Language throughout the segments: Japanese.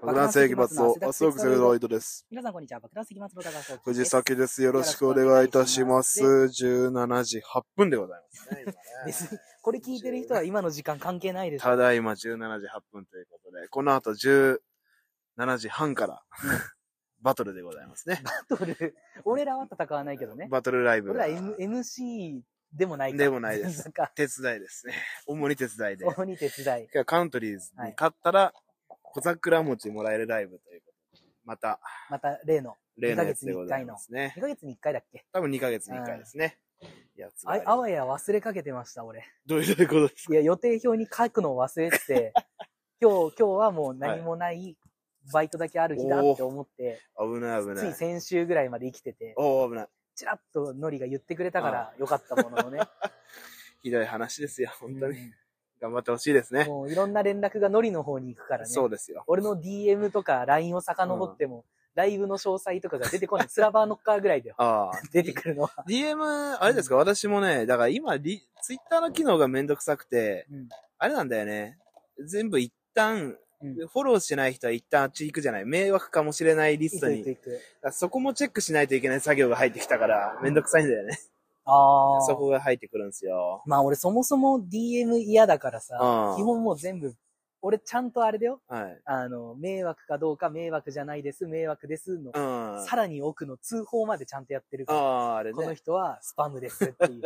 爆弾世紀末を、あ、すごくセルロイドです。皆さん、こんにちは。爆弾関松の高橋藤崎です。よろしくお願いいたします。17時8分でございますね、今ねです。別に、これ聞いてる人は今の時間関係ないです。ただいま17時8分ということで、この後17時半から、バトルでございますね。バトル、俺らは戦わないけどね。バトルライブ俺。ら M MC でもないかでもないですなんか、手伝いですね。主に手伝いで。今鬼手伝い。日はカントリーズに勝ったら、小桜餅もらえるライブということで。また、また、例の、例のやつでございますね。 2ヶ月に1回だっけ多分2ヶ月に1回ですね。やつがあありますあわや忘れかけてました、俺。どういうどういうことですかいや、予定表に書くのを忘れてて、 今日、今日はもう何もない、バイトだけある日だって思って、危ない危つないい。先週ぐらいまで生きてて、おお危ない。ちらっとノリが言ってくれたからよかったもののね。ひどい話ですよ。 本当に。うん頑張ってほしいですね。もういろんな連絡がノリの方に行くからね。そうですよ。俺の DM とか LINE を遡っても、ライブの詳細とかが出てこない。スラバーノッカーぐらい だよ。ああ。出てくるのは。 DM、あれですか、私もね、だから今、リツイッターの機能がめんどくさくて、うんあれなんだよね。全部一旦、うんフォローしない人は一旦あっち行くじゃない。迷惑かもしれないリいストくに。いくいく。だからそこもチェックしないといけない作業が入ってきたから、めんどくさいんだよね。ああ。そこが入ってくるんですよ。まあ俺そもそも DM 嫌だからさあ、ー基本もう全部、俺ちゃんとあれだよ。はい。あの、迷惑かどうか、迷惑じゃないです、迷惑ですのう、ん。さらに奥の通報までちゃんとやってるあから、あ、あれこのね。人はスパムですっていう。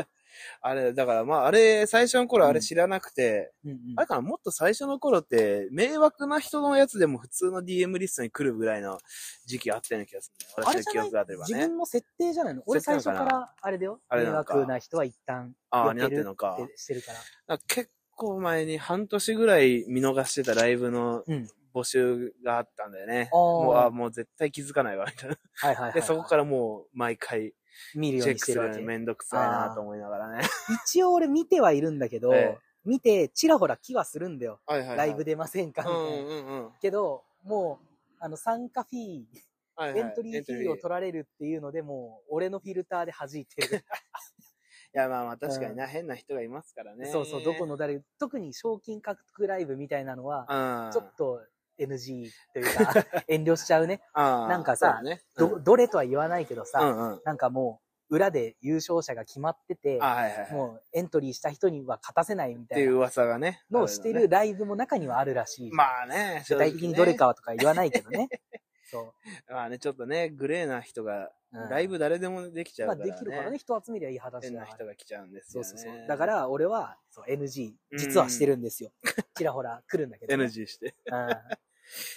あれ、だからまあ、あれ、最初の頃あれ知らなくて、うんうんあれかな、もっと最初の頃って、迷惑な人のやつでも普通の DM リストに来るぐらいの時期あったような気がするね。あ私れのじ記ゃない憶があれば自ね。分の設定じゃないの俺最初か設定なのら、あれだよ。あれ迷なのか惑な人は一旦ああ、やになっっててるるのか。ってしてるから。なんか結構前に半年ぐらい見逃してたライブのうん募集があったんだよね。あーもう、あーもう絶対気づかないわ、みたいな。はいはいはい、で、そこからもう毎回見るよチうェにッしクすてるるわのけに。めんどくさいなと思いながらね。一応俺見てはいるんだけど、ええ見て、ちらほら気はするんだよ。はいはいはいライブ出ませんかみうたいな。んうんうん。けど、もう、あの、参加フィー、はいはいエントリーフィーを取られるっていうので、もう、俺のフィルターで弾いてる。いや、まあまあ確かにな、変な人がいますからね。そうそう、どこの誰、特に賞金獲得ライブみたいなのは、うん。ちょっと NG というか、遠慮しちゃうね。ななんかさね、ど、どれとは言わないけどうさ、んうん。なんかもう、裏で優勝者が決まってて、あはいはいはい。っもうエントリーした人には勝たせないみたていいうな噂がね。のをしてるライブも中にはあるらしい。まあね、具体的にどれかはとか言わないけどね。そ正直ね。まあね、ちょっとね、グレーな人が、う。うんライブ誰でもできちゃうまから、あね。できるからね、。人集めりゃいい話だ変かなら人が来ちゃうんですそよ、うね。そうそう。だか、ら俺はそう NG、実はしてるんですよ。ちらほら来るんだけどね、 NG して。う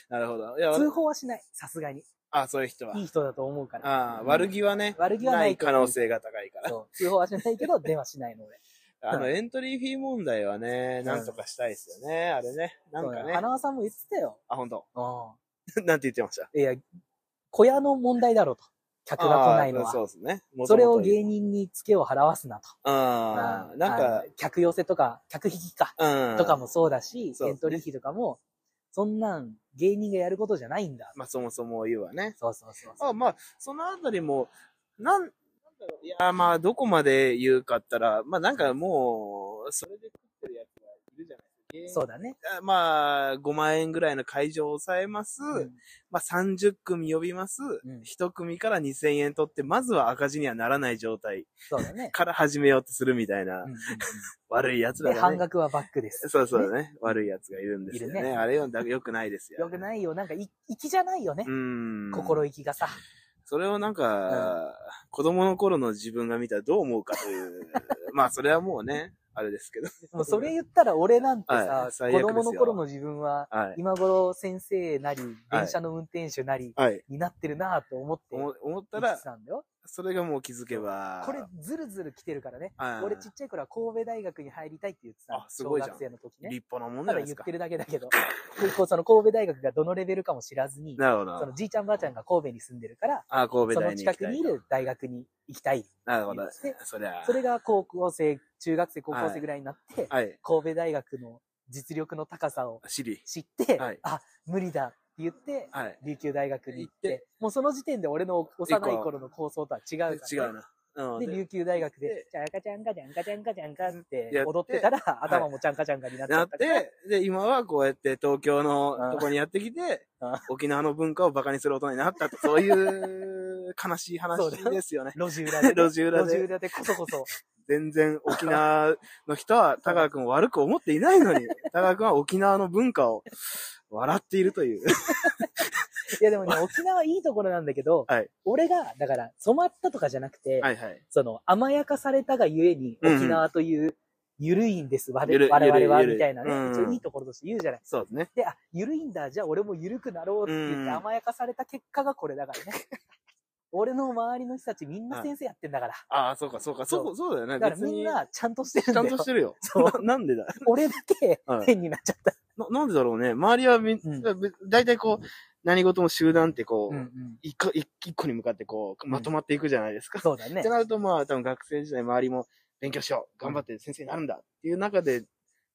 なるほど。いや ん、、通報はしない。さすがに。あそういう人は。いい人だと思うから。ああ、悪気はね、悪気はない可能性が高いから。そう通報はしないけど、電話しないの俺。あの、エントリーフィー問題はね、なんとかしたいですよね。あれね。なんかそうね。花輪さんも言ってたよ。あ、本当 うなんて言ってましたん。いや、小屋の問題だろうと。客が来ないのああそうは。ですね。それ元を々芸人にツケを払わすなと。ああ、なんかあ、の、客寄せとか、客引きか、うん。とかもそうだし、そうですねエントリー費とかも、そんなん芸人がやることじゃないんだ。まあそもそも言うわね。そうそうそうそう。あまあ、そのあたりも、なん、なんだろう、いや、まあ、どこまで言うかったら、まあなんかもう、それで食ってるやつがいるじゃないですかそうだね。芸人あ。まあ、5万円ぐらいの会場を抑えます。うんまあ30組呼びます。ん1組から2000円取って、まずは赤字にはならない状態そう だね。から始めようとするみたいな、うんうんうん悪い奴で、らが半ね。額はバックです。そうそうね。悪い奴がいるんですよいね。るねあれよ、だよくないですよ。よくないよ。なんか、い粋じゃないよねう。ん。心意気がさ。それをなんか、子供の頃の自分が見たらどう思うかと いう。まあ、それはもうね、あれですけど。もうそれ言ったら俺なんてはさい、最悪子ですよ供の頃の自分は、はい。今頃先生なり、はい電車の運転手なり、はい。になってるなぁと思って、思思った生きらて、たんだよ。それがもう気づけば。これ、ずるずる来てるからね。はい俺ちっちゃい頃は神戸大学に入りたいって言ってたのあす小ごいじゃん学生の時ね。立派なもんじたゃなだいで言すっかて。るだけだけど。結構その神戸大学がどのレベルかも知らずに、なるほどそ。のじいちゃんばあちゃんが神戸に住んでるから、ああ、神戸その大に行近きくたにいい。る大学に行きたいってなるほ言ど。って、そりゃ。それが高校生、中学生、高校生ぐらいになって、はい。神戸大学の実力の高さを知り。知って、はいあ、無理だって言って、はい。琉球大学に行って、行っもうその時点で俺の幼い頃の構想とは違うから、違うな。うんで、で琉球大学でで、じゃんかちゃんかじゃんかじゃんかじゃんかってやって踊ってたら、頭もちゃんかちゃんかに なっちゃなっったから。て、で、今はこうやって東京のとこにやってきてうんうん、沖縄の文化をバカにする大人になったと、そういう悲しいそう話だよですよね。路地裏でね。 路地裏で路地裏でこそこそ。全然沖縄の人は高川君を悪く思っていないの に、高川君は沖縄の文化を笑っていると いう。いやでも ね、沖縄いいところなんだけど、はい俺が、だから、染まったとかじゃなくて、はいはい。その、甘やかされたがゆえに、うんうん沖縄という、ゆるいんです、我ゆる我々は、ゆるいみたいなね、うんうん一応いいところとして言うじゃない。そうですね。で、あ、ゆるいんだ、じゃあ俺もゆるくなろうって言うっんて甘やかされた結果がこれだからね。 俺の周りの人たちみんな先生やってんだから。ああ、そうかそうか。そう、そうだよね。だから別みんに。なちゃんとしてるんちゃんだとよし。てるよ。 そうななんでだ俺だけうん変になっちゃった。ななんでだろうね。周りはみ、うんだいたいこう、何事も集団ってこう、うん一個、一一個に向かってこう、まとまっていくじゃないですか。そうだねって。なると、まあ、多分学生時代周りも勉強しよう、頑張って先生になるんだっていう中で、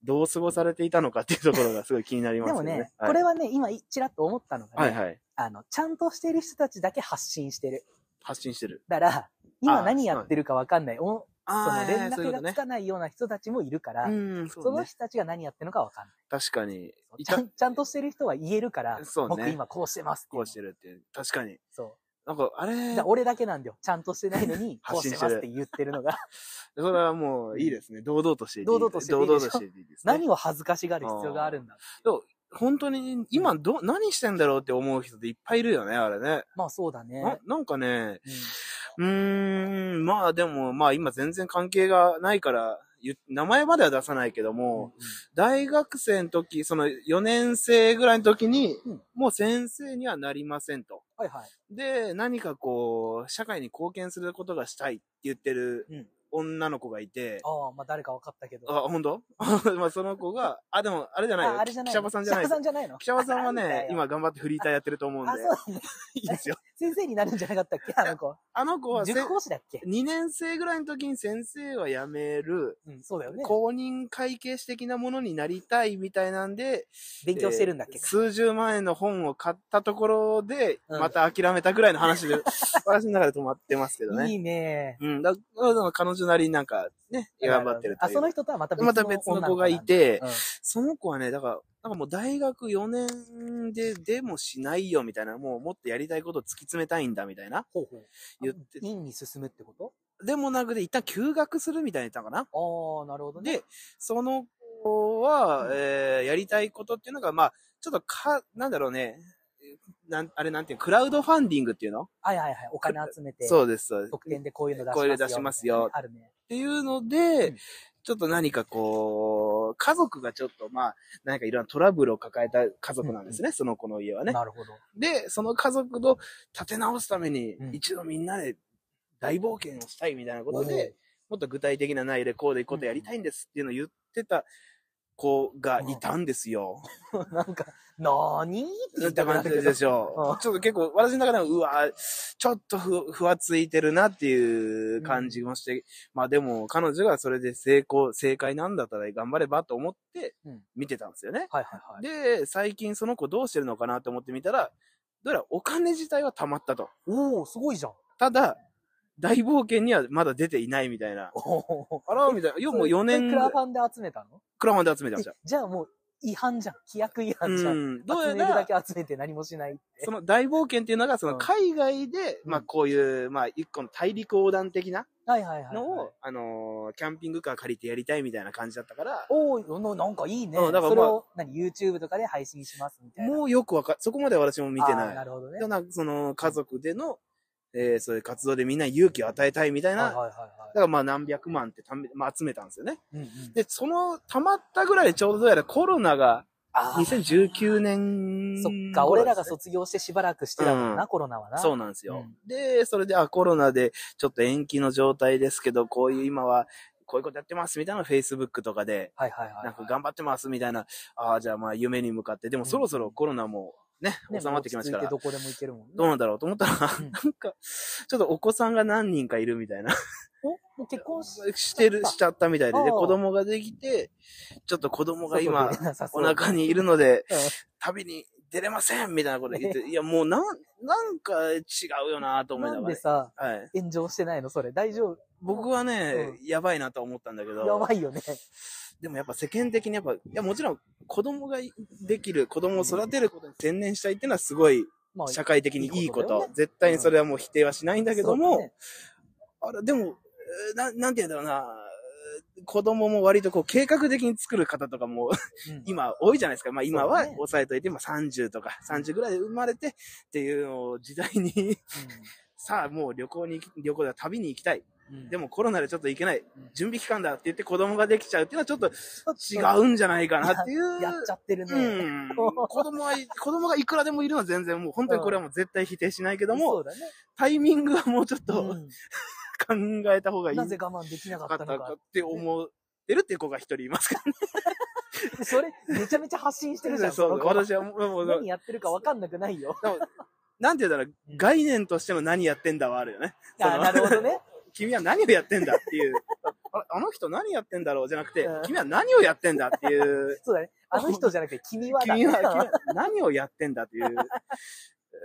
どう過ごされていたのかっていうところがすごい気になりますでよもね。ね、はいこれはね、今、ちらっと思ったのがね、はいはい。あの、ちゃんとしてる人たちだけ発信してる。発信してる。だから、今あー何やってるかわかんない。おその連そういうこと絡がねつ。かないような人たちもいるから、うん、そそうのね。人たちが何やってるのかわかんない。確かに。いちゃたんちゃんとしてる人は言えるから、そうね僕今こうしてますっていこうのうしてるっていう。確かに。そなんか、あう。れじゃあ、俺だけなんだよ。ちゃんとしてないのに、こ発うし信しててるますって言ってるのが。 それはもういいですね。堂々としていていい堂々としていいでし堂ょ々としていていいですね。何を恥ずかしがる必要があるんだ。本当に、今ど、何してんだろうって思う人っていっぱいいるよね、あれね。まあそうだなね。なんかね、うんうーん、まあでも、まあ今全然関係がないから、ゆ名前までは出さないけども、大学生の時、その4年生ぐらいの時に、うんもう先生にはなりませんと。はいはい。で、何かこう、社会に貢献することがしたいって言ってるうん女の子がいて、ああ、まあ誰か分かったけど。あ、本当？ まあその子が、あ、でも、あれじゃないよ。ああれじゃない記者場さんじゃない記者。さんじゃないの北場さんはなんだねよ、今頑張ってフリーターやってると思うんであ、、そうなんだ。いいですよ。先生になるんじゃなかったっけあの子。あの子はせん、塾講師だっけ2年生ぐらいの時に先生は辞める、うん、そうだよね。公認会計士的なものになりたいみたいなんで、勉強してるんだっえけーか。数十万円の本を買ったところで、うんまた諦めたぐらいの話 で、私の中で止まってますけどね。いいね。うん、だから彼女なりになんかね、頑張ってるとあ、いうその人とはまたでまた別の子がい女ての子、なんだ、その子はね、だから、なんかもう大学4年で、でもしないよみたいな、もうもっとやりたいことを突き詰めたいんだみたいな、うんほうほう。言って、院に進むってことでもなくて一旦休学するみたいに言ったのかな。ああ、なるほどね。で、その子は、うんえーやりたいことっていうのが、まあ、ちょっとか、なんだろうね、なんあれなんていうのクラウドファンディングっていうのはいはいはい。お金集めて、そうです、そうです。っ特典でこういうの出しまこうすよ。いうの出しますよあるね。ていうので、うんちょっと何かこう、家族がちょっとまあ、何かいろんなトラブルを抱えた家族なんですね、その子の家はね。なるほど。で、その家族の立て直すためにう、ん一度みんなで大冒険をしたいみたいなことおでー、もっと具体的な内でこうでこうでやりたいんですっていうのを言ってた子がいたんですよ。なんか、なーにーって言っいたてくな感るじけどでしょうんう。ちょっと結構、私の中でも、うわちょっとふ、ふわついてるなっていう感じもして、まあでも、彼女がそれで成功、正解なんだったら頑張ればと思ってうん、見てたんですよね。はいはいはい。で、最近その子どうしてるのかなと思ってみたら、どうやらお金自体は貯まったと。おおすごいじゃん。ただ、大冒険にはまだ出ていないみたいな。おあら、みたいな。要はもう4年クぐらラいフ、ァンで集めたのクラファンで集めてましえた。じゃあもう違反じゃん。規約違反じゃ。うんん。どう集やめるだら、け集めて何もしないって。その大冒険っていうのが、そのうん海外で、うんまあこういう、まあ一個の大陸横断的なはいはいはいはい。のを、あのー、キャンピングカー借りてやりたいみたいな感じだったから、おーななんかいいね。うんだからそれまを、何、YouTube とかで配信しますみたいな。もうよくわか、そこまで私も見てあーな。ないるほどね。ただ、その家族での、えーそういう活動でみんなに勇気を与えたいみたいはいはな、いだかはいはい。らまあ何百万ってため、まあ集めたんですよね。うんうんで、その、溜まったぐらいでちょうどどうやらコロナが、あー2019年、そっか、俺らが卒業してしばらくしてたもんな、うコロナはな。そうう。なんですよ。んで、それで、あ、コロナでちょっと延期の状態ですけど、こういう今は、こういうことやってますみたいなの Facebook とかで、はいはいはい。なんか頑張ってますみたいな、ああ、じゃあまあ夢に向かって、でもそろそろコロナもね、ね収まってきましたから、もうど落ち着いてどこでも行けるもんね。うなんだろうと思ったら、うんなんか、ちょっとお子さんが何人かいるみたいな、おもう結婚しして る、しちゃったみたいで、あで、あ子供ができて、ちょっと子供が今、外出れなさそお う腹にいるので、うん旅に出れませんみたいなこと言って、いや、もうなん、なんか違うよなと思いななんがでら。さ、はい。炎上してないのそれ。大丈僕はね、うやばいなとは思ったんだけ夫やど、ばいよね。でもやっぱ世間的にやっぱ、いや、もちろん子供ができる、子供を育てることに専念したいっていうのはすごいま社会的にいいこいいことだとよ。絶対にそれはもう否定はしないんだけども、そうねあれ、でも、えーな、なんて言うんだろうな、えー子供も割とこう計画的に作る方とかもうん今多いじゃないですか。まあ今そうはだね抑えといて、まあ30とか30ぐらいで生まれてっていうのを時代に、 さあもう旅行に行き、旅行だ、旅に行きたい。うんでもコロナでちょっと行けないん。準備期間だって言って子供ができちゃうっていうのはちょっと違やうんじゃないかなっていう。っちゃってるうね。ん。子供は、子供がいくらでもいるのは全然もう本当にこれはもう絶対否定しないけども、そうだね。タイミングはもうちょっと、うん考えた方がいいなぜ我慢できなかかっったたのかかっ。て思ってるっていう子が一人いますからね。それ、めちゃめちゃ発信してるじゃん。そう、の子私はもう、もう何やってるか分かんなくないよ。でもなんて言うんだろう、概念としての何やってんだはあるよね。そあのなるほどね。君は何をやってんだっていう。 あれあの人何やってんだろうじゃなくてうん、君は何をやってんだっていう。そうだね。あの人じゃなくて、君はだ。君は、君は何をやってんだっていう。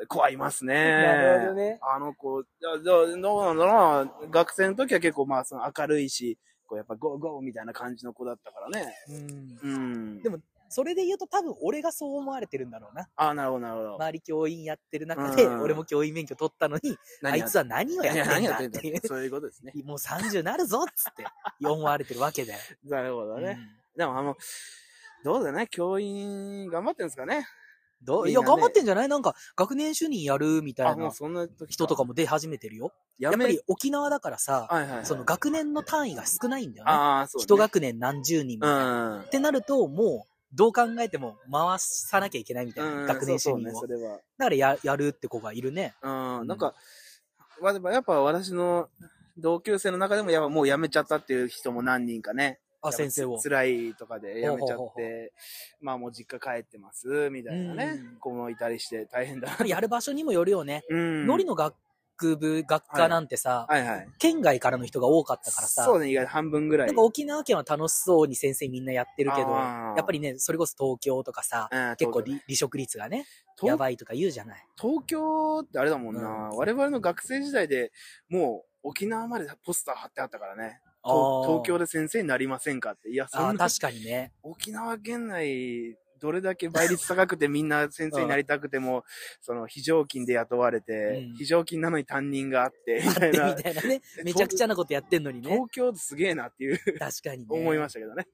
子はいますね。 なるほどね。あの子、じゃあじゃあどうなんだろうな。学生の時は結構まあ、その明るいし、こうやっぱゴーゴーみたいな感じの子だったからね。うんうん。でもそれで言うと多分俺がそう思われてるんだろうな。ああ、なるほど、なるほど。周り教員やってる中で、うん俺も教員免許取ったのに、あ何いやっつは何をやって んいや何やだってっんだてっていう。そういうことですね。 もう30なるぞっつって、思われてるわけだよ。なるほどね。でもあの、どうだね、教員、頑張ってるんですかね。うんどうみいんなや、ね頑張ってんじゃないなんか、学年主任やるみたあ、いもなうそんな時人とかも出始めてるよ。ややっぱめり沖縄だからさ、はいはいはい。その学年の単位が少ないんだよね。ああ、そう、ね。一学年何十人みたいな。うんっ。てなると、もう、どう考えても回さなきゃいけないみたいな、うん学年主そうそう任ね、を。それは。だからややるって子がいるね。うん、なんか、まあ、でもやっぱ私の同級生の中でも、やっぱもう辞めちゃったっていう人も何人かね。あ、先生やっをぱ。辛いとかで辞めちゃほうほうほうっほて、まあもう実家帰ってます、みたいなねうん。子もいたりして大変 だ。やる場所にもよるよね。うん。ノリの学部、学科なんてさ、はいはい。県外からの人が多かったからさ、そうね、意外と半分ぐらい。なんか沖縄県は楽しそうに先生みんなやってるけど、あーやっぱりね、それこそ東京とかさ、うん結構東京離離職率がね、や東ばいとか言うじゃない。東京ってあれだもんな、我々の学生時代でもう沖縄までポスター貼ってあったからね。東東京で。で先生になりませんかって。いや、あそーんな確かにね。沖縄県内どれだけ倍率高くてみんな先生になりたくても、その非常勤で雇われて、うん非常勤なのに担任があ って、みたでいみな。たいな ね。めちゃくちゃなことやってんのにね。東京ってすげえなっていう確かにね。思いましたけどね。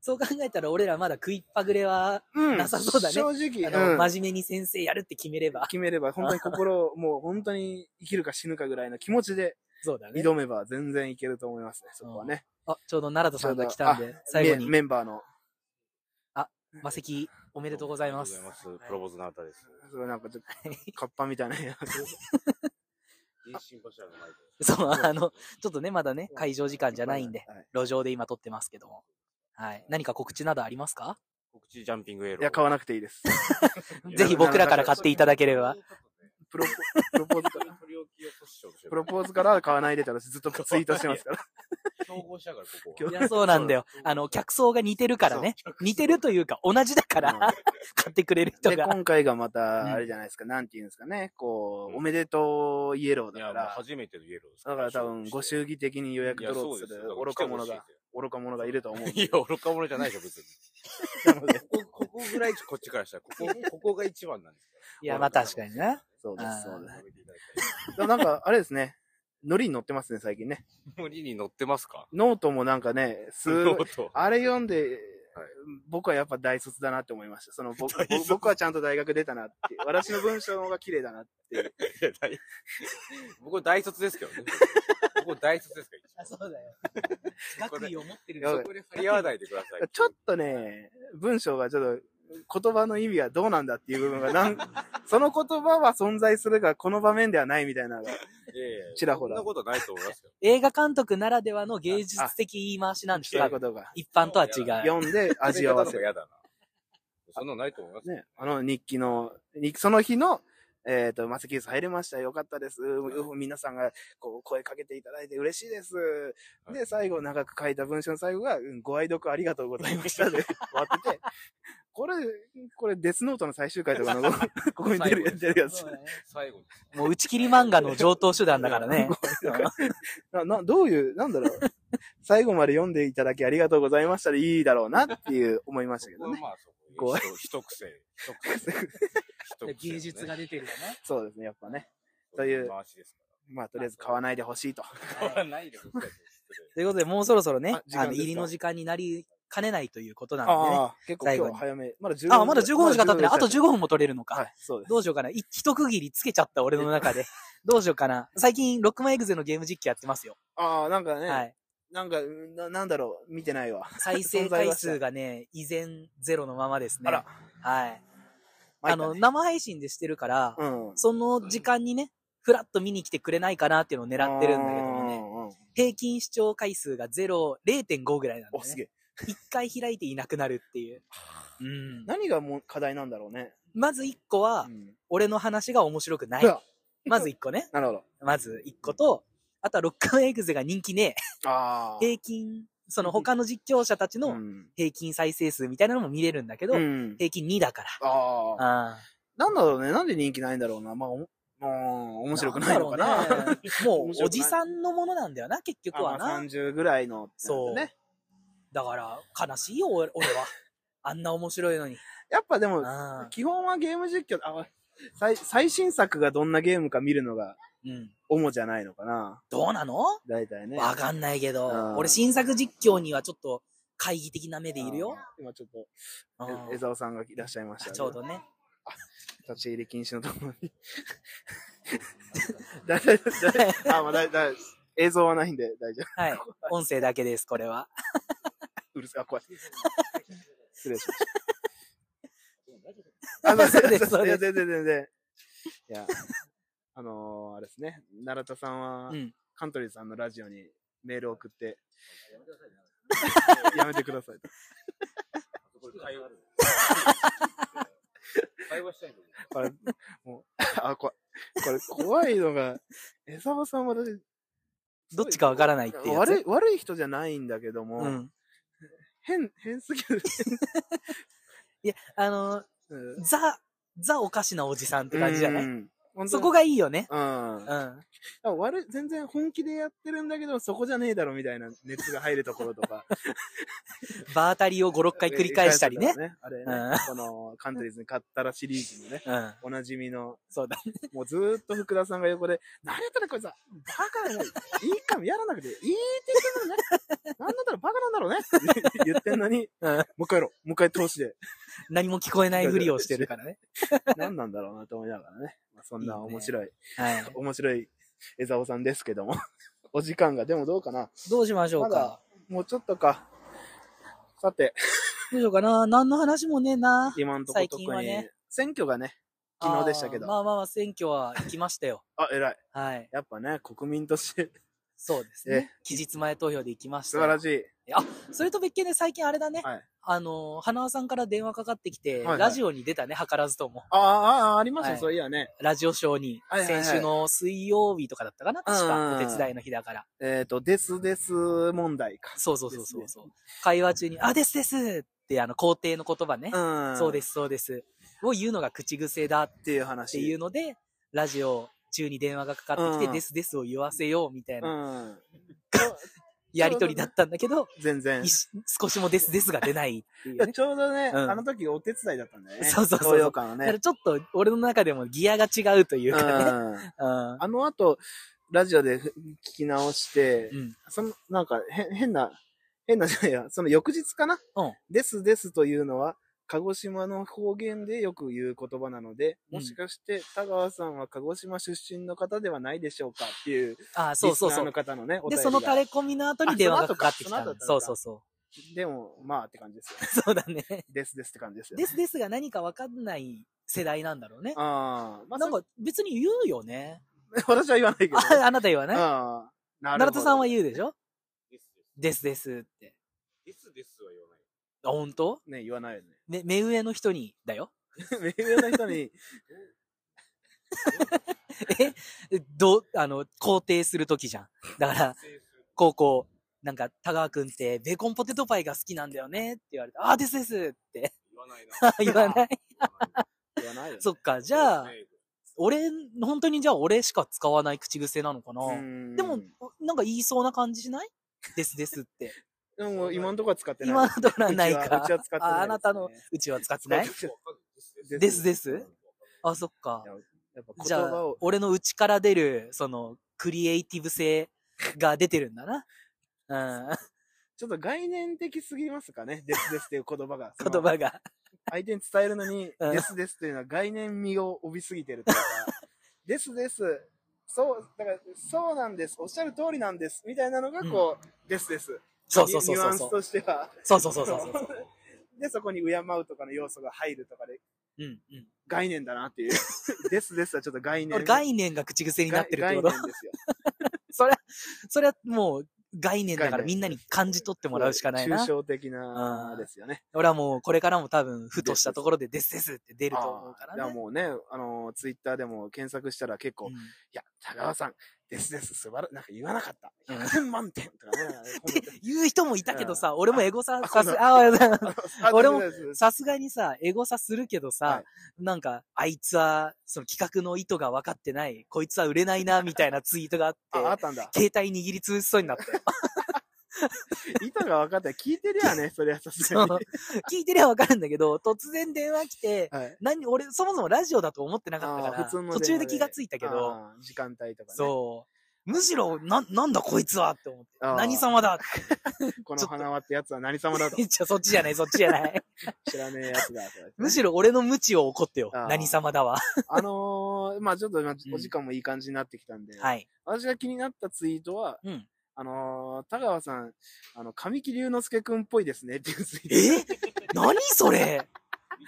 そう考えたら俺らまだ食いっぱぐれは、うん。なさそうだね正あ直、の、うん真面目に先生やるって決めれば。決めれば本当に心 を、もう本当に生きるか死ぬかぐらいの気持ちでそうだね。挑めば全然いけると思いますね、そこはね。あ、ちょうど奈良田さんが来たんで、最後メに、メンバーの、魔石おめでとうございます。ありがとうございます。はいプロボズのあたりです。それなんかちょっと、カッパみたいなやつ。人心柱の前で。 そう、あの、ちょっとね、まだね、会場時 間じゃないんで、は路上で今撮ってますけども。はい。何か告知などありますか告知ジャンピングエロー。いや、買わなくていいです。ぜひ僕らから買っていただければ。プ ロポ、プロポーズから、取り置きをポジションしようプロポーズから買わないでたらずっとツイートしてますから。競合したから、ここ今は。いや、 そうなんだよそう。あの、客層が似てるからね。似てるというか、同じだから、買ってくれる人で、が。今回がまうんた、あれじゃないですか、なんていうんですかね、こうう、んおめでとうイエローいだや、かもうら、初めてのイエローですだから多分、ご予祝儀的に予約取ろうとする愚か者が、。愚か者がいると思う。いや、愚か者じゃないでしょ、別に。ここ、ここぐらい、こっちからしたら、ここ、ここが一番なんですから。いや、まあ確かにな。そうであーす、そうで食べていただきす。でもなんか、あれですね、ノリに乗ってますね、最近ね。たい。森に乗ってます かノートもなんかね、すノー トあれ読んではい、僕はやっぱ大卒だなって思いました。そのぼ大卒僕はちゃんと大学出たなって。私の文章の方が綺麗だなっていう。いや大僕大卒ですけどね。僕大卒ですから一応そうだ よ。学位を持ってる人そこに張り合わないでください。ちょっとね、文章がちょっと言葉の意味はどうなんだっていう部分が なん、その言葉は存在するが、この場面ではないみたいなのが。いやいやちらほらそんなことないと思いますよ。映画監督ならではの芸術的言い回しなんですそういうよこ。とが。一般とは違う。読んで味を合わ せる。やだな。そんなのないと思いますよ。ね、あの日記の、日その日の、えっ、と、マセキュース入れました。よかったです。うん皆さんが、こう、声かけていただいて嬉しいです。はいで、最後、長く書いた文章の最後が、うんご愛読ありがとうございました。で、終わってて、これ、これデスノートの最終回と かの、ここに出る出るやつそう。だね最後に。もう打ち切り漫画の上等手段だから ね。な、 な、どういう、なんだろう。最後まで読んでいただきありがとうございましたでいいだろうなっていう思いましたけどこはね。まあそここ。一一癖。一癖。 一癖芸術が出てるよね。そうですね、やっぱね。そういう回しですまあ、とりあえず買わないでほしいと。から。買わないでほしいですということで、もうそろそろねあ、時間あの、ですか入りの時間になりかねないということなんでね。ああ、結構今日は早め。まだ15分。あまだ15分しか経ってない。あと15分も取れるのか。はい、そうです。どうしようかな。い一区切りつけちゃった俺の 中で。どうしようかな。最近、ロックマンエグゼのゲーム実況やってますよ。ああ、なんかね、はい。なんか、な、なんだろう、見てないわ。再生回数がね、依然ゼロのままですね。あら。はい。参あったねの、、生配信でしてるから、うん。その時間にね、ふらっと見に来てくれないかなっていうのを狙ってるんだけどもね、ね。平均視聴回数が0、0.5ぐらいなんで、お、ね、すげえ。一回開いていなくなるっていう。うん。何がもう課題なんだろうね。まず一個はう、ん俺の話が面白くなういわ。まず一個ね。なるほまず一個と、あとはロッカーエグゼが人気ねど。ああ。平均、その他の実況者たちうのん。平均再生数みたいなのも見れるんだけど、うん平均2だから。ああ。ああ。なんだろうね。なんで人気ないんだろうな。まあ、おうん、面白くないのかな。んだ ろうねも面白くなういおじさんのものなんだよな、結局あはまあな。 30ぐらいのってなるとそうね。。だから、悲しいよ、俺俺は。あんな面白いのに。やっぱでも、ああ基本はゲーム実況、あ、最最新作がどんなゲームか見るのがうん。主じゃないのかな。どうなの大体ね。わかんないけうんど、俺新作実況にはちょっと懐疑的な目でいるよ。あー。今ちょっと、うんえ江沢さんがいらっしゃいました、ちょう。ど ね。立ち入り禁止のところ に。大丈夫です大丈夫ですあ、まあ大大丈夫です。映像はないんで大丈夫。はい。音声だけです、これは。うるさい。あ、怖い。 失礼しましね。た。あ、そうですそういでや、す全然全然。い や、あのー、あれですね。奈良田さんは、うん。カントリーさんのラジオにメールを送 って、やめてください。これ会話。会話したいのに。これ、もう、あ、怖い。これ怖いのが、江沢さんは私、どっちかわからないっていうやつ。悪い、悪い人じゃないんだけども、うん。変、変すぎ る。あの、うんザ、ザおかしなおじさんって感じじゃなういん本当にそこがいいよね。うん。うん。あ悪い、全然本気でやってるんだけど、そこじゃねえだろみたいな熱が入るところと か。場当たりを5、6回繰り返したり 繰。ねり返したりとかねあれうんね、この、カントリーズに買ったらシリーズのね、うん。おなじみの、そうだ。もうずーっと福田さんが横で、何やったらこいつは、バカだよ。いいかも、やらなくていいって言ってるのにね。なんだった らバカなんだろうね。 って言ってんのに、うん。もう一回やろう。もう一回通しで。何も聞こえないふりをしてるか らね。何なんだろうなと思いながらね。まあ、そんな面白い、はい。面白い江沢さんですけども。 お時間が、でもどうかな。どうしましょうまだか。もうちょっとか。さて、どうしようかな。何の話もねえな。今んとこ特最に、近はね選挙がね、昨日でしたけどあーまあまあまあ、選挙は行きましたよ。 あ、偉い。はい。やっぱね、国民としてそうですね。期日前投票で行きました素よ。晴らしい。それと別件で最近あれだね。はいあのー、花輪さんから電話かかってきて、はいはいラジオに出たね、図らずとも。ああ、ああ、ありました、はいそういやね。ラジオショーにはい、はいは先い週の水曜日とかだったかな、確うんうんか。うんお手伝いの日だから。えっ、と、ですです問題か。そうそうそうそうですそう。会話中に、あ、ですですって、あの、皇帝の言葉ね。うん。そうですす、そうです。を言うのが口癖だっっていうて話。いうので、ラジオ中に電話がかかってきうて、んですですを言わせようみたいなうん。やりとりだったんだけど、全然。いし少しもですですが出ないっていいうやね。ちょうどね、うんあの時お手伝いだったんだよね。そうそうそう東洋館はだからね。ちょっと俺の中でもギアが違うといううかね。ん。うん。あの後、ラジオで聞き直して、うんその、なんか、へ、変な、変なじゃないや、その翌日かなうんですですというのは、鹿児島の方言でよく言う言葉なので、もしかして田川さんは鹿児島出身の方ではないでしょうかっていう、ああ、そうそうそリう。スナーの方のね、おで、便りそのが垂れ込みの後に電話がかかってきたあそのの後。かその後だそうったそのうそでも、まあって感じですよ。う。そうだね。ですですって感じですよ。ですですが何かわかんない世代なんだろうね。ああ、まあ、なんか別に言うよね。そ 私は言わないけど。あ、あなた言わないああ、なる奈ほ良ど。田さんは言うでしょですですですって。です。ですですは言わない。あ、本当？ね、言わないよね。 ね、目上の人に、だよ。目上の人に、えどう、あの、肯定するときじゃん。だから、高校、なんか、田川くんって、ベーコンポテトパイが好きなんだよねって言われて、あ、ですですって。 言わわないな。言わ ない。言わないよね。そっか、じゃあそう、ですね俺、本当にじゃあ俺しか使わない口癖なのかな。うんでも、なんか言いそうな感じしないですですって。 でも今のとこは使ってない。今のところはないか。うちはうちは使ってないですねああなたのうちは使ってない使ってないですですあ、そっか。やっぱじ言ゃ葉あを、、俺の内から出る、その、クリエイティブ性が出てるんだな。うん。ちょっと概念的すぎますかね。 ですですっていう言葉が。言葉が。相手に伝えるのに、 うんですですというのは概念味を帯びすぎて るというか、ですです、そう、だから、そうなんです、おっしゃる通りなんです、みたいなのがこう、ですです。そうそうそうニュそアうンそスう。としては。そうそうそうそうそう。で、そこに敬うとかの要素が入るとかで、うんうん。概念だな っていう。ですですはちょっと概念。俺概念が口癖になってる ってこと概概念ですよ。それは、それはもう概念だか概ら念みんなに感じ取ってもらうしかないな抽。象的なですよね。俺はもうこれからも多分、ふとしたところでですですって出ると思うかあーらだね。もうね、あの、ツイッターでも検索したら結構、ういんや、田川さん、ですです、素晴ら、なんか言わなかった。うん100点満点 とかね。って言う人もいたけどさ、俺もエゴサあ、さす、そうあ、 あ俺も大丈夫ですさすがにさ、エゴサするけどさ、はなんか、あいつは、その企画の意図が分かってない、こいつは売れない な、みたいなツイートがあっ、あ、あってたんだ。携帯握りつぶしそうになって、 意図が分かったら聞いてるやね、それはさすそがうに。聞いてりゃ分かるんだけど、突然電話来て、はい。何、俺、そもそもラジオだと思ってなかったかあーら、普通の電話途中で気がついたけど、あー、時間帯とかね。そう。むしろ、な、なんだこいつはって思って。あー何様 だこのちょっと花輪ってやつは何様だと。じゃそっちじゃない、そっちじ ゃない。知らねえやつだ。とか言って むしろ俺の無知を怒ってよあー。何様だわ。あのー、まあちょっと今んお時間もいい感じになってきたんで、はい。私が気になったツイートは、 うんあのー、田川さん、あの、神木隆之介くんっぽいですねっていうツイート。え何それ見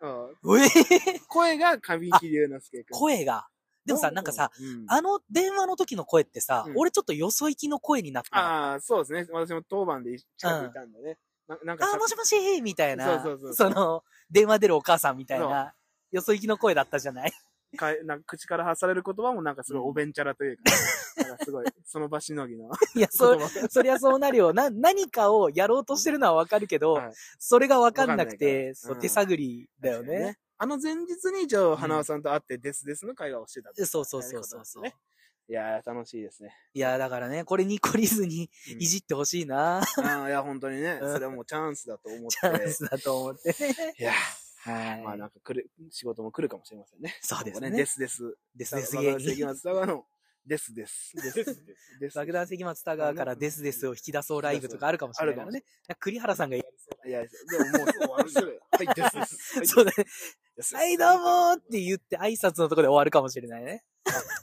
たら俺うんえ声が神木隆之介くん。声が。でもさ、なんかさ、うん、あの電話の時の声ってさ、うん俺ちょっとよそ行きの声になってなかっああ、そうですね。私も当番で近くいたんでね。ななんたかあー、もしもしみたいな。そうそうそうの、電話出るお母さんみたいな、よそ行きの声だったじゃない かなんか口から発される言葉もなんかすごいおべんちゃらという か、なんかすごい、その場しのぎのい言や、そ、葉そりゃそうなるよ。な、何かをやろうとしてるのはわかるけど、はいそれがわかんなくわかんないからて、そううん手探りだよね。。あの前日に一応、花輪さんと会って、ですですの会話をしてたっていそうそうそうそうそう。ねいやー、楽しいですね。いや、だからね、これに懲りずにうんいじってほしいな、ああ、いや、本当にね、うんそれはもうチャンスだと思 チャンっスだと思ってね。て。いやはい。ー、まあなんか来る、仕事も来るかもしれませんね。そうですねここですです。ですですわ芸ざわざ人。松坂の、ですです。でですですです。爆弾関松田川からですですを引き出そうライブとかあるかもしれないからね。栗原さんが、いや、でももう終わるすぐ、はい、ですです。はいそうだね。 ですはい、どうもーって言って挨拶のところで終わるかもしれないね。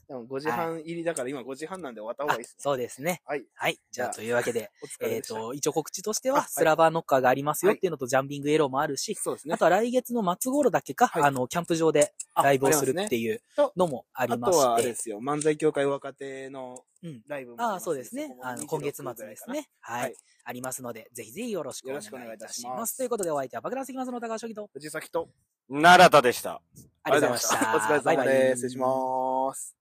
でも5時半入りだから今5時半なんで終わった方があいいですね。そうですね。はい。はい。じゃあ、というわけ で、お疲れえでっした。と、一応告知としてあはは、いスラバーノッカーがありますよはいっていうのと、ジャンビングエローもあるし、そうですねあ。とは来月の末頃だけか、はいあの、キャンプ場でライブをするっていうとのもあありまとはあしれてで。すよ、漫才協会若手のうんライブもりあまあ、んそうですねそ。こもあの、今月末ですね。はい、はいありますので、ぜひぜひよろしくお願いいたしよろしくお願いいたしまますす。ということで、お相手は爆弾関松の高橋将棋と、藤崎と。奈良田でした。ありがとうございました。お疲れ様バイバイです。失礼します。